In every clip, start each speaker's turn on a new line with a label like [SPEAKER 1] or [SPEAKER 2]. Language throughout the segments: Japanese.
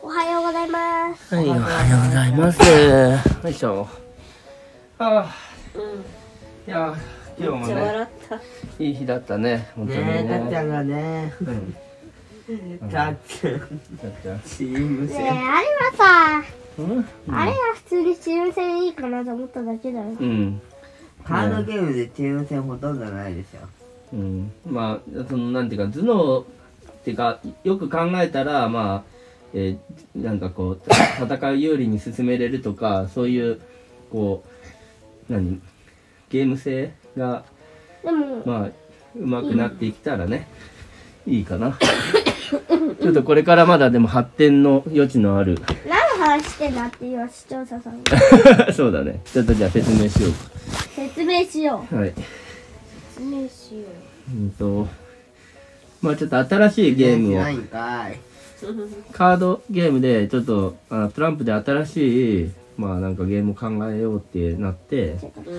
[SPEAKER 1] おはようございます。
[SPEAKER 2] はい、おはようございます。はい、しょ。ああ、
[SPEAKER 1] うん。
[SPEAKER 2] いや、今日もね、
[SPEAKER 1] 笑った。
[SPEAKER 2] いい日だったね、本当に
[SPEAKER 3] ねえ、たっちゃ
[SPEAKER 2] ね。
[SPEAKER 3] んがね、
[SPEAKER 2] うん、
[SPEAKER 3] たっちゃん、
[SPEAKER 2] だっちゃん。
[SPEAKER 3] チーム
[SPEAKER 1] ねえ、
[SPEAKER 3] 戦。
[SPEAKER 1] あれはさ、
[SPEAKER 2] うん、
[SPEAKER 1] あれは普通にチーム戦いいかなと思っただけだよ。
[SPEAKER 2] うん、
[SPEAKER 3] カードゲームでチーム戦ほとんどないでしょ。
[SPEAKER 2] うん、まあ、そのなんていうか、頭脳。っていうか、よく考えたら、まあ。えーなんかこう、戦う有利に進めれるとか、そういう。こう。何。ゲーム性が、
[SPEAKER 1] でも、
[SPEAKER 2] まあ、うまくなっていったらね、いいかな。ちょっとこれからまだでも発展の余地のある。
[SPEAKER 1] 何の話してんだっていう視聴者さ んが
[SPEAKER 2] そうだね。ちょっとじゃあ説明しよう
[SPEAKER 1] 説明しよ
[SPEAKER 2] か。はい。
[SPEAKER 1] う。説明しよ
[SPEAKER 2] うんと、まあちょっと新しいゲーム
[SPEAKER 3] ない
[SPEAKER 2] を、
[SPEAKER 3] んかい。
[SPEAKER 2] カードゲームでちょっと、あトランプで新しい、まあなんかゲームを考えようってなって
[SPEAKER 1] う。、ちょっと考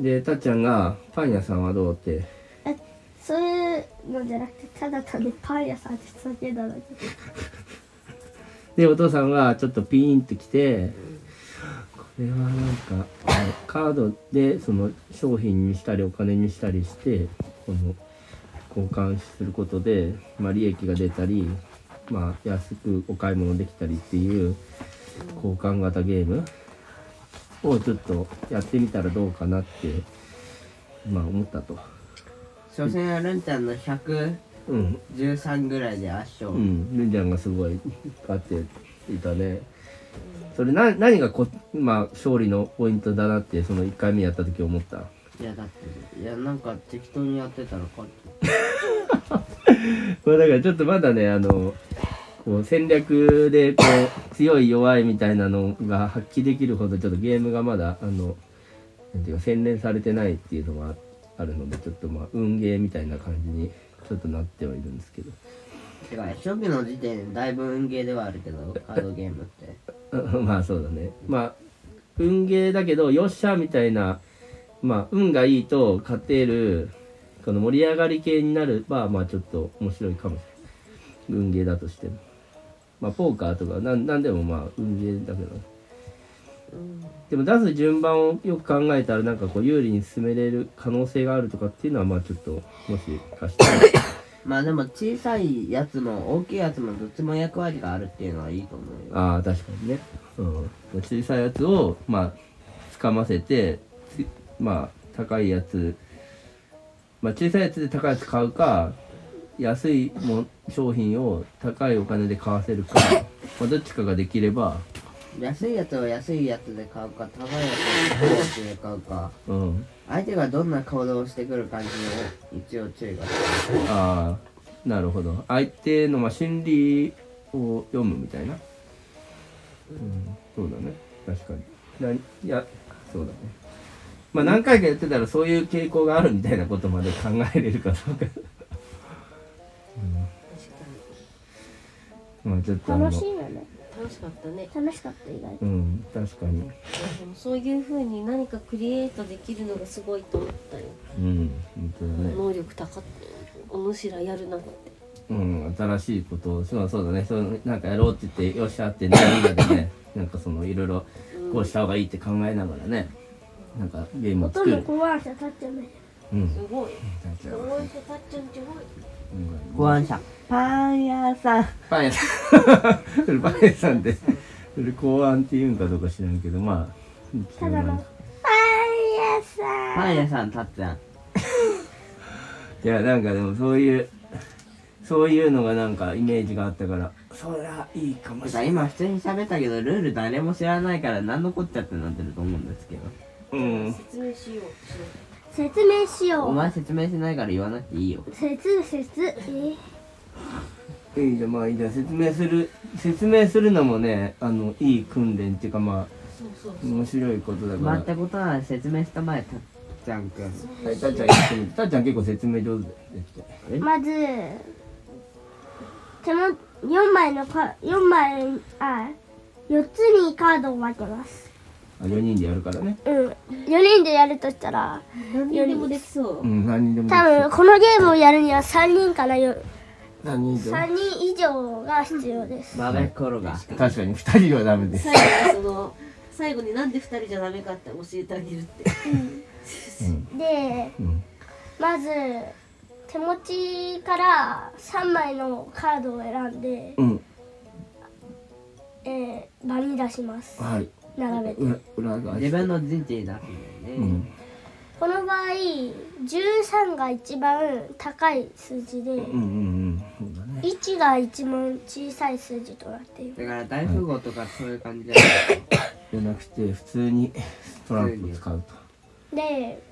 [SPEAKER 1] え。
[SPEAKER 2] で、たっちゃんが、パン屋さんはどうって、
[SPEAKER 1] え、そういうのじゃなくて、ただ単にパン屋さんってだけだだけ。
[SPEAKER 2] でお父さんがちょっとピーンときて、これはなんかあのカードでその商品にしたりお金にしたりしてこの交換することで、まあ、利益が出たり、まあ、安くお買い物できたりっていう交換型ゲームをちょっとやってみたらどうかなってまあ思ったと。
[SPEAKER 3] 初戦はルンちゃんの
[SPEAKER 2] うん、
[SPEAKER 3] 113ぐらいで圧
[SPEAKER 2] う
[SPEAKER 3] 勝。
[SPEAKER 2] ん、ルンちゃんがすごい勝っていたね。それな何がこ、まあ、勝利のポイントだなってその1回目やった時思った
[SPEAKER 3] いや、だって、いや、なんか適当にやってたら勝って。
[SPEAKER 2] これだからちょっとまだねあのこう戦略でこう強い弱いみたいなのが発揮できるほどちょっとゲームがまだあのなんていうか洗練されてないっていうのがあるのでちょっとまあ運ゲーみたいな感じにちょっとなってはいるんですけど
[SPEAKER 3] てか、初期の時点でだいぶ運ゲーではあるけど、カードゲームって。
[SPEAKER 2] うん まあそうだねまあ運ゲーだけどよっしゃみたいなまあ運がいいと勝てるこの盛り上がり系になればまあちょっと面白いかもしれない運ゲーだとしてもまあポーカーとかなんなんでもまあ運ゲーだけど、でも出す順番をよく考えたらなんかこう有利に進めれる可能性があるとかっていうのはまあちょっともしかしたら
[SPEAKER 3] まあでも小さいやつも大きいやつもどっちも役割があるっていうのはいいと思うよ。
[SPEAKER 2] ああ確かにね、うん、小さいやつをまあ掴ませてつまあ高いやつまあ小さいやつで高いやつ買うか安いもん商品を高いお金で買わせるかまあどっちかができれば
[SPEAKER 3] 安いやつを安いやつで買うか高いやつを高いやつで買うか
[SPEAKER 2] うん
[SPEAKER 3] 相手がどんな行動をしてくる感じを一応注意が必
[SPEAKER 2] ああなるほど相手のまあ心理を読むみたいな、うん、そうだね確かにないやそうだねまあ何回かやってたらそういう傾向があるみたいなことまで考えれるかどうか、うん、まあちょっとあの
[SPEAKER 1] 楽しいよね。
[SPEAKER 4] 楽しかったね
[SPEAKER 1] 楽しかった意外と。
[SPEAKER 2] うん確かに
[SPEAKER 4] でもそういう風に何かクリエイトできるのがすごいと思ったよ
[SPEAKER 2] うん本当だね
[SPEAKER 4] 能力高っておむしらやるなって
[SPEAKER 2] うん、新しいことをそうそうだねそうなんかやろうって言ってよっしゃって悩んだで ねなんかそのいろいろこうした方がいいって考えながらねなんかゲーム
[SPEAKER 1] ほ
[SPEAKER 2] を
[SPEAKER 1] と
[SPEAKER 2] 作
[SPEAKER 1] んど
[SPEAKER 2] る
[SPEAKER 1] 考案者立ってない。
[SPEAKER 2] うん
[SPEAKER 4] すごい
[SPEAKER 2] なんか
[SPEAKER 4] すごいたっちゃんすごい
[SPEAKER 2] うん
[SPEAKER 3] 要案者パン屋さん
[SPEAKER 2] パン屋さ んそれパン屋さんでそれ考案っていうんかどうか知らんけどまあ
[SPEAKER 1] ただの、パン屋さん。
[SPEAKER 3] パン屋さんたっちゃん
[SPEAKER 2] いやなんかでもそういうそういうのがなんかイメージがあったからそりゃいいかも
[SPEAKER 3] て
[SPEAKER 2] しれな
[SPEAKER 3] か
[SPEAKER 2] い
[SPEAKER 3] 今普通に喋ったけどルール誰も知らないから何のこっちゃってなってると思うんですけど
[SPEAKER 2] うん
[SPEAKER 4] 説明しよう
[SPEAKER 1] 説明しよ
[SPEAKER 3] お
[SPEAKER 1] う。
[SPEAKER 3] 前説明しないから言わなくていいよ
[SPEAKER 1] 説、説。え
[SPEAKER 2] いいじゃんまあいいじゃん説明する説明するのもねあのいい訓練っていうかま
[SPEAKER 4] そうそう
[SPEAKER 2] あ面白いことだか
[SPEAKER 3] まあ
[SPEAKER 2] ら
[SPEAKER 3] ってことは説明したまえたっちゃんくん
[SPEAKER 2] はいたっちゃんやってみてたっちゃん結構説明上手できて
[SPEAKER 1] まず手も4枚のカ4枚あ4つにカードを分けます
[SPEAKER 2] あ4人でやるからね
[SPEAKER 1] うん4人でやるとしたら
[SPEAKER 4] 何人でもできそう
[SPEAKER 2] う。ん何人でもでき
[SPEAKER 1] 多
[SPEAKER 2] る
[SPEAKER 1] 分このゲームをやるには3人からよ
[SPEAKER 2] 何人でも
[SPEAKER 1] 3人以上が必要です
[SPEAKER 3] バーベキューが
[SPEAKER 2] 確かに2人はダメです
[SPEAKER 4] 最後にその最後になんで二人じゃダメかって教えてあげるって。
[SPEAKER 1] で
[SPEAKER 2] うん
[SPEAKER 1] まず手持ちから3枚のカードを選んで、
[SPEAKER 2] うん
[SPEAKER 1] えー場に出します
[SPEAKER 2] はい
[SPEAKER 1] 並べて
[SPEAKER 2] 裏裏が
[SPEAKER 3] 自分の人生だけだよ
[SPEAKER 2] う
[SPEAKER 3] ね
[SPEAKER 2] ん
[SPEAKER 1] この場合13が一番高い数字で、
[SPEAKER 2] うんうんうんそうだね
[SPEAKER 1] 1が一番小さい数字となっている
[SPEAKER 3] だから大富豪とかそういう感じだよね
[SPEAKER 2] じゃなくて普通にトランプを使うと
[SPEAKER 1] で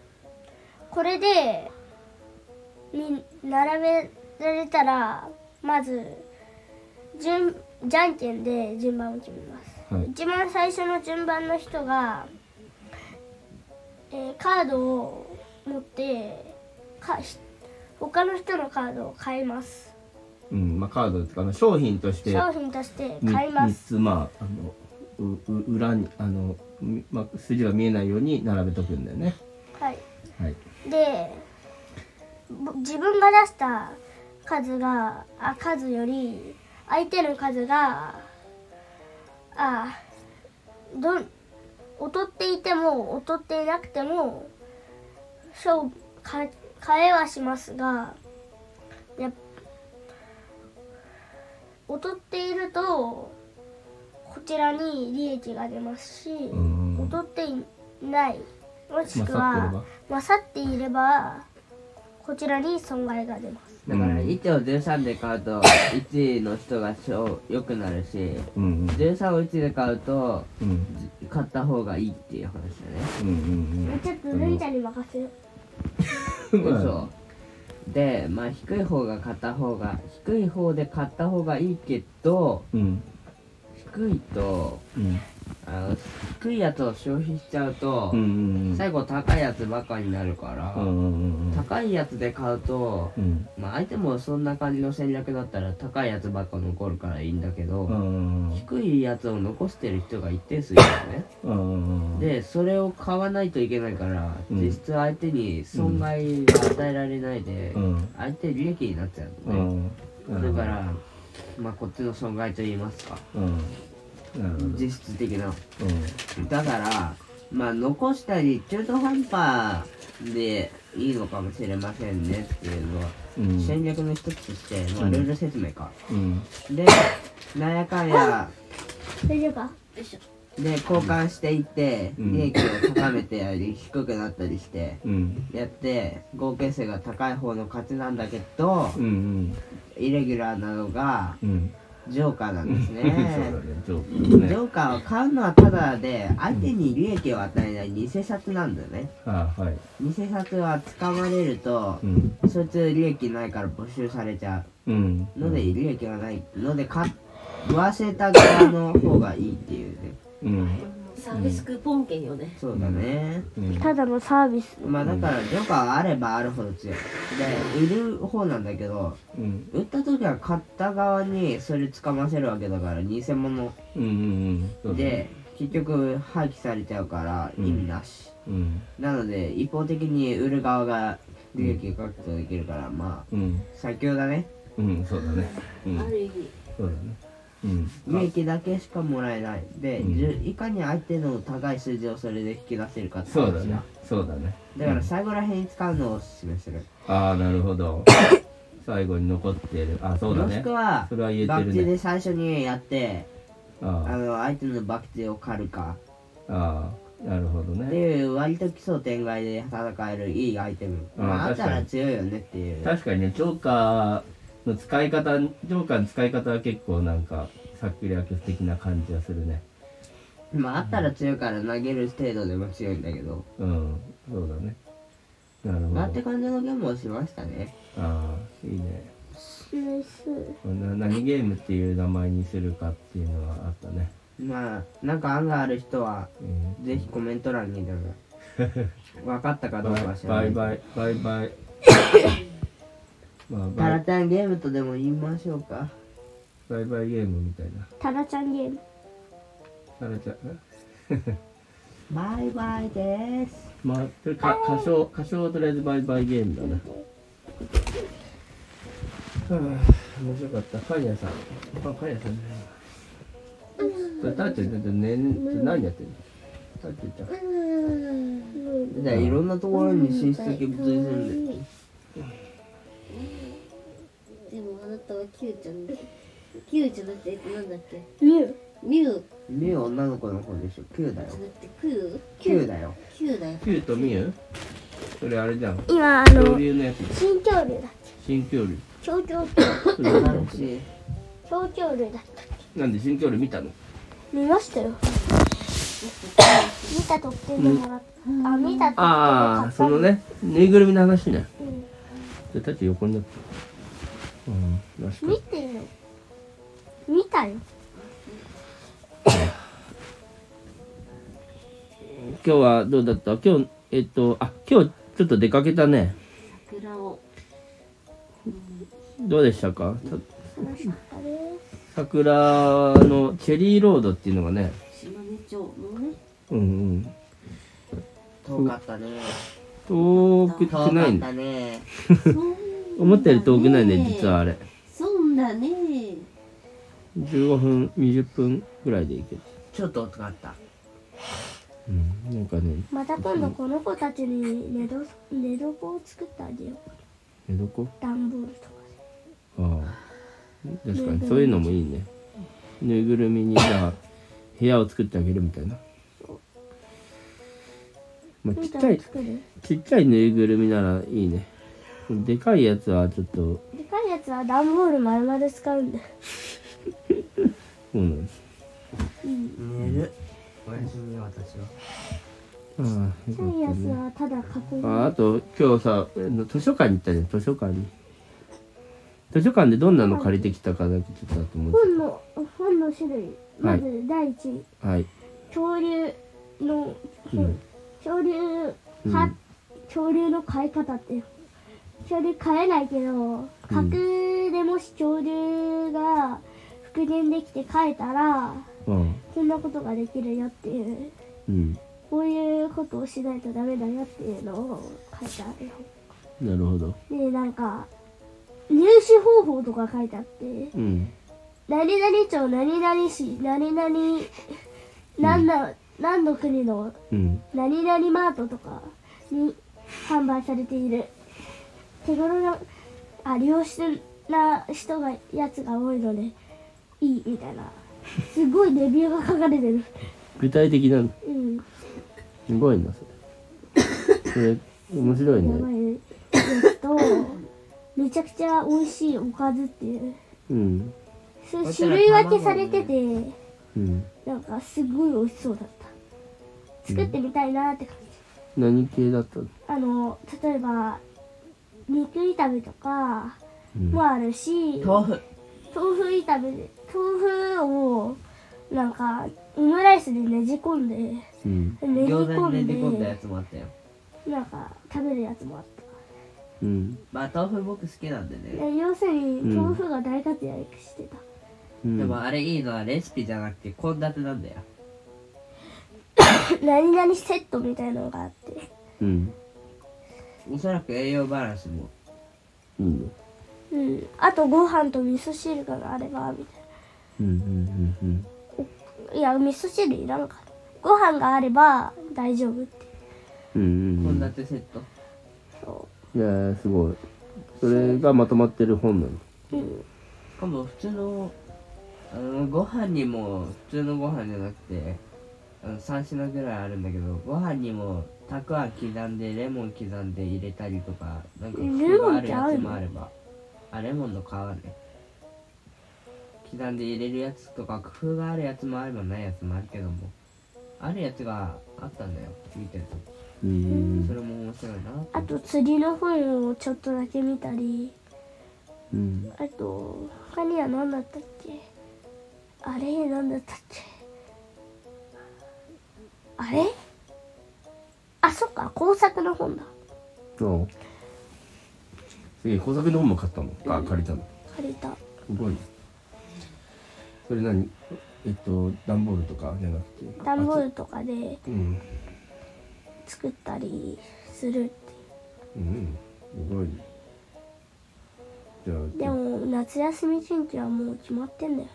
[SPEAKER 1] これでみ並べられたらまず順じゃんけんで順番を決めます
[SPEAKER 2] はい
[SPEAKER 1] 一番最初の順番の人が、えーカードを持ってかひ他の人のカードを買います
[SPEAKER 2] うんまあカードとかの商品として
[SPEAKER 1] 商品として
[SPEAKER 2] み
[SPEAKER 1] 買いま
[SPEAKER 2] 三
[SPEAKER 1] す
[SPEAKER 2] つまああのうう裏にあのみまあ筋が見えないように並べとくんだよね
[SPEAKER 1] はい
[SPEAKER 2] はい
[SPEAKER 1] でぼ自分が出した数があ数より相手の数があどん劣っていても劣っていなくても勝負か変えはしますがや劣っているとこちらに利益が出ますし
[SPEAKER 2] んうん
[SPEAKER 1] 劣っていないもしく
[SPEAKER 2] 勝ってれ
[SPEAKER 1] は
[SPEAKER 2] ば
[SPEAKER 1] 勝っていればこちらに損害が出ます
[SPEAKER 3] だから1を13で買うと1の人が超良くなるし
[SPEAKER 2] うんうん
[SPEAKER 3] 13を1で買うと
[SPEAKER 2] うん
[SPEAKER 3] 買った方がいいっていう話だね
[SPEAKER 2] うんうん
[SPEAKER 1] ちょっとルンちゃんに任せる
[SPEAKER 2] うん
[SPEAKER 3] 嘘でまあ低い方が買った方が低い方で買った方がいいけど
[SPEAKER 2] うん
[SPEAKER 3] 低いと
[SPEAKER 2] うん
[SPEAKER 3] あの低いやつを消費しちゃうと、
[SPEAKER 2] うんうんうん
[SPEAKER 3] 最後高いやつばかりになるから、
[SPEAKER 2] うんうんうん
[SPEAKER 3] 高いやつで買うと、
[SPEAKER 2] うん
[SPEAKER 3] まあ、相手もそんな感じの戦略だったら高いやつばっか残るからいいんだけど、
[SPEAKER 2] うん
[SPEAKER 3] 低いやつを残してる人が一定数いるのね、
[SPEAKER 2] うんうん
[SPEAKER 3] でそれを買わないといけないから、
[SPEAKER 2] うん
[SPEAKER 3] 実質相手に損害が与えられないで、
[SPEAKER 2] うん
[SPEAKER 3] 相手利益になっちゃう
[SPEAKER 2] う
[SPEAKER 3] のね、
[SPEAKER 2] ん
[SPEAKER 3] だからまあこっちの損害と言いますか
[SPEAKER 2] うんなるほどうん
[SPEAKER 3] 実質的なだからまあ残したり中途半端でいいのかもしれませんねっていうのは
[SPEAKER 2] うん
[SPEAKER 3] 戦略の一つとして、まあ、ルール説明か、
[SPEAKER 2] うん
[SPEAKER 3] でなんやかんや
[SPEAKER 1] 大丈夫か
[SPEAKER 4] よいしょ。
[SPEAKER 3] で交換していって
[SPEAKER 2] うん
[SPEAKER 3] 利益を高めてたり低くなったりして
[SPEAKER 2] うん
[SPEAKER 3] やって合計数が高い方の勝ちなんだけど
[SPEAKER 2] うんうん
[SPEAKER 3] イレギュラーなのが
[SPEAKER 2] うん
[SPEAKER 3] ジョーカーなんです
[SPEAKER 2] そうだ
[SPEAKER 3] ね
[SPEAKER 2] ねジョ
[SPEAKER 3] ジ
[SPEAKER 2] ークね
[SPEAKER 3] ョーカーを買うのはただで相手に利益を与えない偽札なんだよね
[SPEAKER 2] あはい
[SPEAKER 3] 偽札は捕まれると
[SPEAKER 2] う、ん
[SPEAKER 3] そいつ利益ないから没収されちゃ
[SPEAKER 2] うん
[SPEAKER 3] うので、利益がないのでかわせた側の方がいいっていうね
[SPEAKER 2] うん
[SPEAKER 4] サービスクーポン券よね。
[SPEAKER 3] そうだね、
[SPEAKER 2] うん
[SPEAKER 1] ただのサービス
[SPEAKER 3] まあだからジョーカーはあればあるほど強いで売る方なんだけど
[SPEAKER 2] うん
[SPEAKER 3] 売った時は買った側にそれ捕ませるわけだから偽物
[SPEAKER 2] うんうんうん
[SPEAKER 3] で結局廃棄されちゃうから意味なし、
[SPEAKER 2] うん
[SPEAKER 3] なので一方的に売る側が利益確保できるからまあ
[SPEAKER 2] うん
[SPEAKER 3] 最強だね
[SPEAKER 2] うんそうだねうん
[SPEAKER 4] ある意味。
[SPEAKER 2] そうだねうん
[SPEAKER 3] 利益だけしかもらえないで、
[SPEAKER 2] うん
[SPEAKER 3] じゅいかに相手の高い数字をそれで引き出せるかって
[SPEAKER 2] そうだ
[SPEAKER 3] 話
[SPEAKER 2] ね
[SPEAKER 3] だ
[SPEAKER 2] そうだね
[SPEAKER 3] だから最後らへんに使うのをおすすめする、
[SPEAKER 2] ああなるほど 最後に残ってるあそうだ
[SPEAKER 3] も
[SPEAKER 2] ね
[SPEAKER 3] しくは
[SPEAKER 2] それは言えて
[SPEAKER 3] バク
[SPEAKER 2] る
[SPEAKER 3] チ
[SPEAKER 2] ね
[SPEAKER 3] で最初にやってあ
[SPEAKER 2] あ
[SPEAKER 3] の相手のバクチを狩るか
[SPEAKER 2] あああなるほど
[SPEAKER 3] って
[SPEAKER 2] ね
[SPEAKER 3] いう割と奇想天外で戦えるいいアイテム
[SPEAKER 2] うん
[SPEAKER 3] まああんた
[SPEAKER 2] 確からに
[SPEAKER 3] 強いよねっていう
[SPEAKER 2] 確かにねジョーカーの使い方ジョーカーの使い方は結構なんか策略的な感じがするね
[SPEAKER 3] まああったら強いから投げる程度でも強いんだけど
[SPEAKER 2] うんそうだねなるほ
[SPEAKER 3] まあって
[SPEAKER 2] ど
[SPEAKER 3] 感じのゲームをしましたね
[SPEAKER 2] ああいいね
[SPEAKER 1] ナイス
[SPEAKER 2] な何ゲームっていう名前にするかっていうのはあったね、
[SPEAKER 3] まあなんか案がある人は
[SPEAKER 2] うん
[SPEAKER 3] ぜひコメント欄に でも分かったかどうかは知ら
[SPEAKER 2] バ
[SPEAKER 3] な
[SPEAKER 2] イ
[SPEAKER 3] い
[SPEAKER 2] バイバイバイまあ
[SPEAKER 3] タ
[SPEAKER 2] バ
[SPEAKER 3] ラ
[SPEAKER 2] イ
[SPEAKER 3] ちゃんゲームとでも言いましょうか
[SPEAKER 2] バイバイゲームみたいな
[SPEAKER 1] タラちゃんゲーム
[SPEAKER 2] タラちゃん
[SPEAKER 3] バイバイです。
[SPEAKER 2] まあ、とりか歌唱歌唱はとりあえずバイバイゲームだな。はあ、面白かった。パン屋さん。あ、パン屋さんじゃないわ。タッチちゃん、ちょっとねん、何やってんのタッチちゃん。
[SPEAKER 3] じゃあいろんなところに進出劇物にするんで。
[SPEAKER 4] でもあなたはキューちゃんでキューじゃなくてえっとなんだっけ
[SPEAKER 1] ミュウ
[SPEAKER 4] ミュウ
[SPEAKER 3] ミュウ女の子の方でしょ。9だよ
[SPEAKER 4] じゃ。なくてクー
[SPEAKER 3] 9だよ。
[SPEAKER 4] キューだよ
[SPEAKER 2] キューとミュウそれあれじゃん。
[SPEAKER 1] 今あ
[SPEAKER 2] 恐
[SPEAKER 1] の
[SPEAKER 2] 竜のやつ。
[SPEAKER 1] 新恐竜だ
[SPEAKER 2] 新恐竜。
[SPEAKER 1] 超恐竜
[SPEAKER 2] それなんだ
[SPEAKER 3] 私、
[SPEAKER 1] 超恐竜だった
[SPEAKER 2] なんで新恐竜見たの
[SPEAKER 1] 見ましたよ見た特典でもらったあ見た特典で
[SPEAKER 2] ああ、そのね、ぬいぐるみの話ね。で、タッチ横になってる。うん、らし
[SPEAKER 1] 見
[SPEAKER 2] く。
[SPEAKER 1] てよ見たよ
[SPEAKER 2] 今日はどうだった今日、えっと、あ、今日ちょっと出かけたね。
[SPEAKER 4] 桜を
[SPEAKER 2] どうでしたかさ
[SPEAKER 1] 楽しかったで
[SPEAKER 2] 桜のチェリーロードっていうのがね
[SPEAKER 4] 島根町のね
[SPEAKER 2] うん
[SPEAKER 3] 遠かったね。
[SPEAKER 2] うん遠く
[SPEAKER 3] 遠
[SPEAKER 2] って
[SPEAKER 3] かっ
[SPEAKER 2] ないんだ
[SPEAKER 3] たね。
[SPEAKER 4] そんだね
[SPEAKER 2] 思ったより遠くないね実はあれ
[SPEAKER 4] そんだね
[SPEAKER 2] 15分20分ぐらいで行ける、
[SPEAKER 3] ちょっと遠かった。
[SPEAKER 2] うん、なんかね
[SPEAKER 1] また今度この子たちに寝ど寝床を作ってあげよう
[SPEAKER 2] 寝床
[SPEAKER 1] 段ボールとか
[SPEAKER 2] ああ確かにそういうのもいいねぬいぐるみにじゃあ部屋を作ってあげるみたいな、ま
[SPEAKER 1] で
[SPEAKER 2] あ、ちっ
[SPEAKER 1] み
[SPEAKER 2] ちゃ
[SPEAKER 1] たい
[SPEAKER 2] い
[SPEAKER 1] な作る
[SPEAKER 2] ちっちゃいぬいぐるみならいいねでかいやつはちょっと
[SPEAKER 1] でかいやつは段ボール丸々使うんだよ
[SPEAKER 2] そうなんです
[SPEAKER 3] 寝る。おやすみ私は。
[SPEAKER 2] ああ
[SPEAKER 1] ち
[SPEAKER 2] よ
[SPEAKER 1] っち
[SPEAKER 2] か
[SPEAKER 1] ゃ
[SPEAKER 2] っ
[SPEAKER 1] いや
[SPEAKER 2] た
[SPEAKER 1] つ
[SPEAKER 2] ね
[SPEAKER 1] はただ囲む
[SPEAKER 2] ああと今日さあの図書館に行ったじゃん図書館に図書館でどんなの借りてきたかだけちょっと後思って
[SPEAKER 1] 本の本の種類まず第一、
[SPEAKER 2] はい、
[SPEAKER 1] 恐竜の
[SPEAKER 2] う
[SPEAKER 1] 本、
[SPEAKER 2] ん
[SPEAKER 1] 恐竜
[SPEAKER 2] うん
[SPEAKER 1] は、恐竜の飼い方って恐竜飼えないけど架空でもし恐竜が復元できて飼えたら
[SPEAKER 2] うん
[SPEAKER 1] こんなことができるよっていう
[SPEAKER 2] うん、
[SPEAKER 1] こういうことをしないとダメだよっていうのを書いてあるよ
[SPEAKER 2] なるほど
[SPEAKER 1] でなんか入手方法とか書いてあって
[SPEAKER 2] うん
[SPEAKER 1] 何々町何々市何々何の何の国の
[SPEAKER 2] うん
[SPEAKER 1] 何々マートとかに販売されている手頃なあ良質な人がやつが多いのでいいみたいなすごいレビューが書かれてる
[SPEAKER 2] 具体的なの
[SPEAKER 1] うんや
[SPEAKER 2] すごいなそれそれ面白い
[SPEAKER 1] ば
[SPEAKER 2] ね
[SPEAKER 1] いやつとめちゃくちゃ美味しいおかずっていう
[SPEAKER 2] うん
[SPEAKER 1] そう種類分けされてて
[SPEAKER 2] うん
[SPEAKER 1] なんかすごい美味しそうだった作ってみたいなって感じ
[SPEAKER 2] 何系だったの、
[SPEAKER 1] あの例えば肉炒めとか
[SPEAKER 2] うん
[SPEAKER 1] もあるし
[SPEAKER 3] 豆腐。
[SPEAKER 1] 豆腐炒めで豆腐をなんかオムライスでねじ込んでね
[SPEAKER 2] うん
[SPEAKER 1] じ
[SPEAKER 3] 餃子
[SPEAKER 1] 込
[SPEAKER 3] に
[SPEAKER 1] ん
[SPEAKER 3] ね
[SPEAKER 1] で
[SPEAKER 3] じ込んだやつもあったよ。
[SPEAKER 1] なんか食べるやつもあった
[SPEAKER 2] うん
[SPEAKER 3] まあ豆腐僕好きなんでね。
[SPEAKER 1] で要するに
[SPEAKER 2] うん
[SPEAKER 1] 豆腐が大活躍してた、
[SPEAKER 2] うん
[SPEAKER 3] でもあれいいのはレシピじゃなくて献立なんだよ。
[SPEAKER 1] 何々セットみたいなのがあって
[SPEAKER 2] うん
[SPEAKER 3] おそらく栄養バランスも。
[SPEAKER 2] いいね
[SPEAKER 1] うんあとご飯と味噌汁があればみたい
[SPEAKER 2] うんうんうんうん
[SPEAKER 1] ないや味噌汁いらんからご飯があれば大丈夫って
[SPEAKER 2] うんうんう
[SPEAKER 3] 献
[SPEAKER 2] ん
[SPEAKER 3] 立セット。
[SPEAKER 1] そ
[SPEAKER 2] いやーすごいそれがまとまってる本なの
[SPEAKER 1] ううん
[SPEAKER 3] しかも普通のあのご飯にも普通のご飯じゃなくてあの3品ぐらいあるんだけどご飯にもたくあん刻んでレモン刻んで入れたりとかなんか
[SPEAKER 1] え
[SPEAKER 3] コクがある
[SPEAKER 1] レ
[SPEAKER 3] や
[SPEAKER 1] モンってあ
[SPEAKER 3] つ
[SPEAKER 1] る
[SPEAKER 3] も
[SPEAKER 1] の
[SPEAKER 3] あればあレモンの皮ね刻んで入れるやつとか工夫があるやつもあればないやつもあるけどもあるやつがあったんだよ見てると
[SPEAKER 2] うんうんうん
[SPEAKER 3] それも面白いな
[SPEAKER 1] あと釣りの本をちょっとだけ見たり
[SPEAKER 2] うん、
[SPEAKER 1] あと他には何だったっけあれ何だったっけあれあそっか工作の本だ
[SPEAKER 2] そう。すげえ、工作の本も買ったの。あ、借りたの。
[SPEAKER 1] 借りた
[SPEAKER 2] すごい。それ何えっと段ボールとかじゃなくて
[SPEAKER 1] 段ボールとかで
[SPEAKER 2] うん
[SPEAKER 1] 作ったりするって
[SPEAKER 2] うんすごいじゃあ
[SPEAKER 1] でも夏休み一日はもう決まってんだよ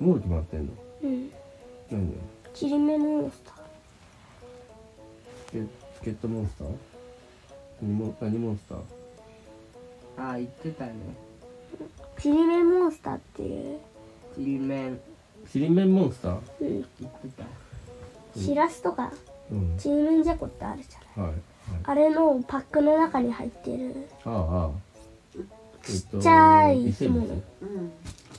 [SPEAKER 2] もう決まってんの
[SPEAKER 1] なうん
[SPEAKER 2] 何
[SPEAKER 1] 切り目のモンスター
[SPEAKER 2] スケスケットモンスター何モ何モンスター
[SPEAKER 3] ああ言ってたね
[SPEAKER 1] ちりめんモンスターっていう、
[SPEAKER 3] ちりめん
[SPEAKER 2] ちりめんモンスター
[SPEAKER 1] うん、
[SPEAKER 3] 言ってた
[SPEAKER 1] しらすとか
[SPEAKER 2] うん
[SPEAKER 1] ちりめんじゃこってあるじゃない
[SPEAKER 2] はいはい
[SPEAKER 1] あれのパックの中に入ってる
[SPEAKER 2] ああああち
[SPEAKER 1] ちっちゃい
[SPEAKER 2] 生き物
[SPEAKER 4] うん、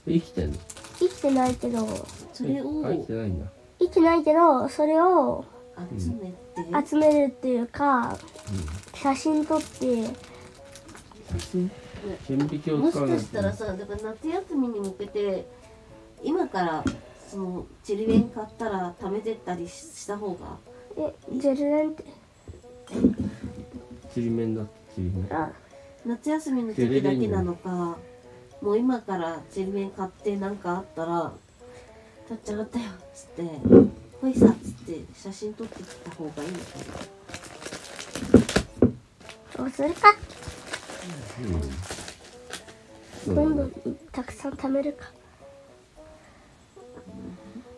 [SPEAKER 2] 生きてんの
[SPEAKER 1] 生きてないけど
[SPEAKER 4] それを
[SPEAKER 2] あ生きてないんだ
[SPEAKER 1] 生きてないけどそれを
[SPEAKER 4] 集めて、
[SPEAKER 1] 集めるっていうか写真撮って
[SPEAKER 2] 写真顕微鏡を
[SPEAKER 4] もし
[SPEAKER 2] 使わ
[SPEAKER 4] か
[SPEAKER 2] ない
[SPEAKER 4] したら
[SPEAKER 2] と
[SPEAKER 4] さだから夏休みに向けて今からそのちりめん買ったら貯めてったりしした方が
[SPEAKER 1] えジェルレンって
[SPEAKER 2] ちりめんだちりめん
[SPEAKER 1] あ
[SPEAKER 4] 夏休みの時だけなのかもう今からちりめん買って何かあったら「取っちゃったよ」っつって「ほいさ」っつって写真撮ってきた方がいいのか
[SPEAKER 1] そうするか
[SPEAKER 2] そう
[SPEAKER 1] どんどんたくさん貯めるか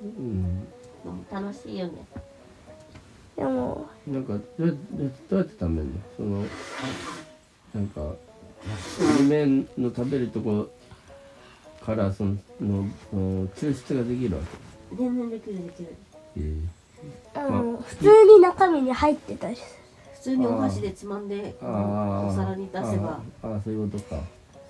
[SPEAKER 2] うん
[SPEAKER 4] なでも楽しいよね
[SPEAKER 1] でも
[SPEAKER 2] なんかどうやどうやって食べるのそのなんかちりめんの食べるとこからそののの抽出ができるわ
[SPEAKER 4] 全然できるできる
[SPEAKER 2] け、
[SPEAKER 1] あの普通に中身に入ってたりす
[SPEAKER 4] 普通にお箸でつまんで
[SPEAKER 2] ああ
[SPEAKER 4] お皿に出せば
[SPEAKER 2] あーあーそういうことか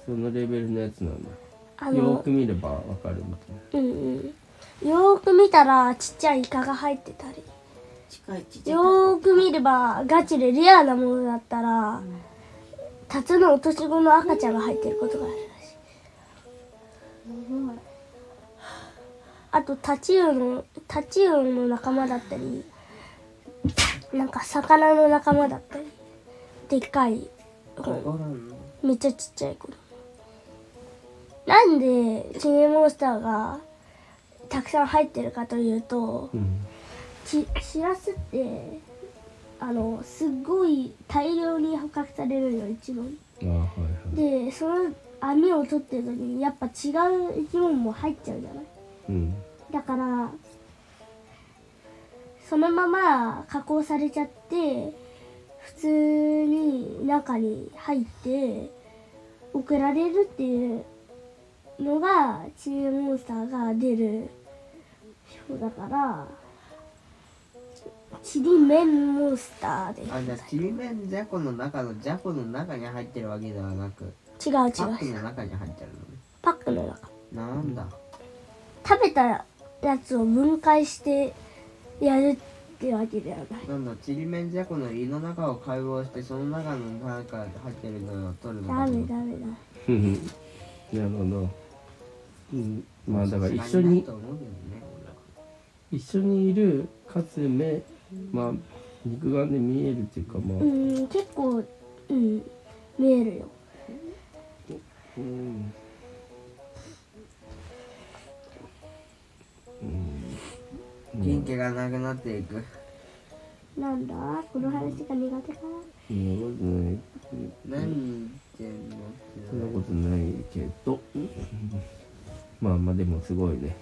[SPEAKER 2] そのレベルのやつなんだ
[SPEAKER 1] るあ
[SPEAKER 2] よ
[SPEAKER 1] の
[SPEAKER 2] ーく見ればわかるみたいな
[SPEAKER 1] うんうんよーく見たらちっちゃいイカが入ってたり
[SPEAKER 4] 近いちっちゃい
[SPEAKER 1] よーく見ればガチでレアなものだったらタツノオトシゴの赤ちゃんが入ってることがあるらしいあとタチウオのタチウオの仲間だったりなんか魚の仲間だったりでっかい
[SPEAKER 3] わからんの
[SPEAKER 1] めっちゃちっちゃい子供なんでチリモンスターがたくさん入ってるかというと
[SPEAKER 2] うん
[SPEAKER 1] ちしらすってあのすっごい大量に捕獲されるよ一番
[SPEAKER 2] あーはいはい
[SPEAKER 1] でその網を取ってる時にやっぱ違う生き物も入っちゃうじゃない
[SPEAKER 2] うん
[SPEAKER 1] だからそのまま加工されちゃって普通に中に入って送られるっていうのがチームモンスターが出るそうだからちりめんモンスターで
[SPEAKER 3] あじゃあちりめんじゃこの中のじゃこの中に入ってるわけではなく
[SPEAKER 1] 違う
[SPEAKER 3] パック
[SPEAKER 1] 違う
[SPEAKER 3] の中に入ってる
[SPEAKER 1] パックの中
[SPEAKER 3] のねなんだ
[SPEAKER 1] 食べたやつを分解してやるってわけではない
[SPEAKER 3] なんだちりめんじゃこの胃の中を解剖してその中のなんか入ってるのを取るの
[SPEAKER 1] ダ
[SPEAKER 3] かと思
[SPEAKER 1] メ
[SPEAKER 3] った
[SPEAKER 1] ダメダメ
[SPEAKER 2] うんなるほど、うん、まあだから一緒に
[SPEAKER 3] と思うけどね
[SPEAKER 2] 一緒にいるかつ目まあ肉眼で見えるっていうかま
[SPEAKER 1] う
[SPEAKER 2] あ、
[SPEAKER 1] ん、結構、うん、見えるよ。
[SPEAKER 2] うんうん
[SPEAKER 3] 俺元気がなくなっていく
[SPEAKER 1] なんだこの話が苦手か
[SPEAKER 2] そんなことない
[SPEAKER 3] 何言ってんの
[SPEAKER 2] そんなことないけどまあまあでもすごいね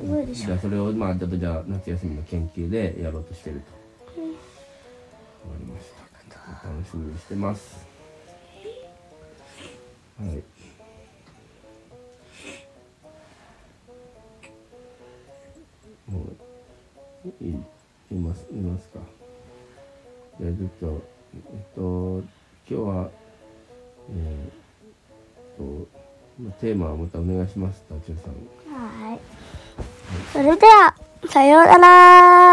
[SPEAKER 1] すごいでし
[SPEAKER 2] じゃあそれをまあちょっとじゃあ夏休みの研究でやろうとしてると
[SPEAKER 1] うん
[SPEAKER 2] わかりました楽しみにしてますはいもういいますいますかじゃあちょっとえっと今日はえー、っとまあテーマはまたお願いしますタチュウさん
[SPEAKER 1] ょ。はーい。それでは、さようなら